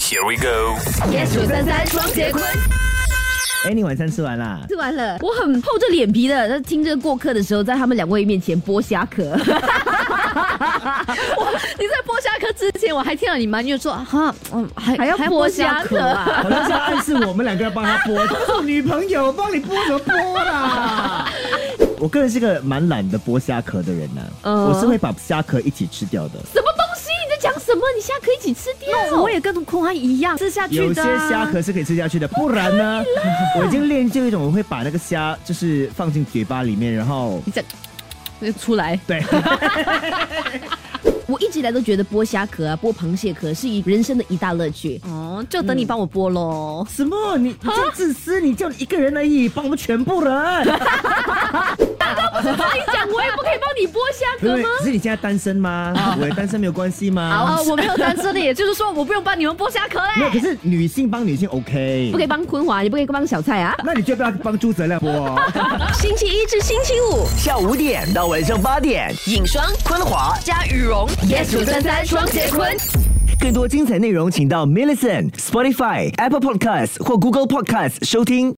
Here we go。 yes 九三三双节棍，哎，你晚餐吃完啦？吃完了，我很厚着脸皮的，在听这个过客的时候，在他们两位面前剥虾 壳。我你在剥虾壳之前，我还听到你埋怨说，哈，嗯，还还要剥虾壳啊。啊好像是要暗示我们两个要帮他播，做 女朋友帮你播什么播啦？我个人是个蛮懒得剥虾壳的人呐、嗯我是会把虾壳一起吃掉的。什么东西？你在讲什么？你虾壳一起吃哦掉？我也跟空安一样吃下有去些的啊、虾壳是可以吃下去的，不然呢，我已经练就一种，我会把那个虾就是放进嘴巴里面，然后你在你出来。对，我一直以来都觉得剥虾壳啊、剥螃蟹壳是一人生的一大乐趣。哦，就等你帮我剥喽。什么？你你这样自私，你就一个人而已，帮我们全部人。你讲 我也不可以帮你剥虾 对壳不吗对？？可是你现在单身吗？我单身没有关系吗？啊，我没有单身的，也就是说我不用帮你们剥虾壳没有，可嘞。是女性帮女性 OK，不可以帮坤华，也不可以帮小蔡啊。 那你就不要帮朱泽亮播哦。 星期一至星期五，下午五点到晚上八点，影双昆华。加羽绒。 yes 九三三双节棍。更多精彩内容，请到 Millison、Spotify、Apple Podcasts 或 Google Podcasts 收听。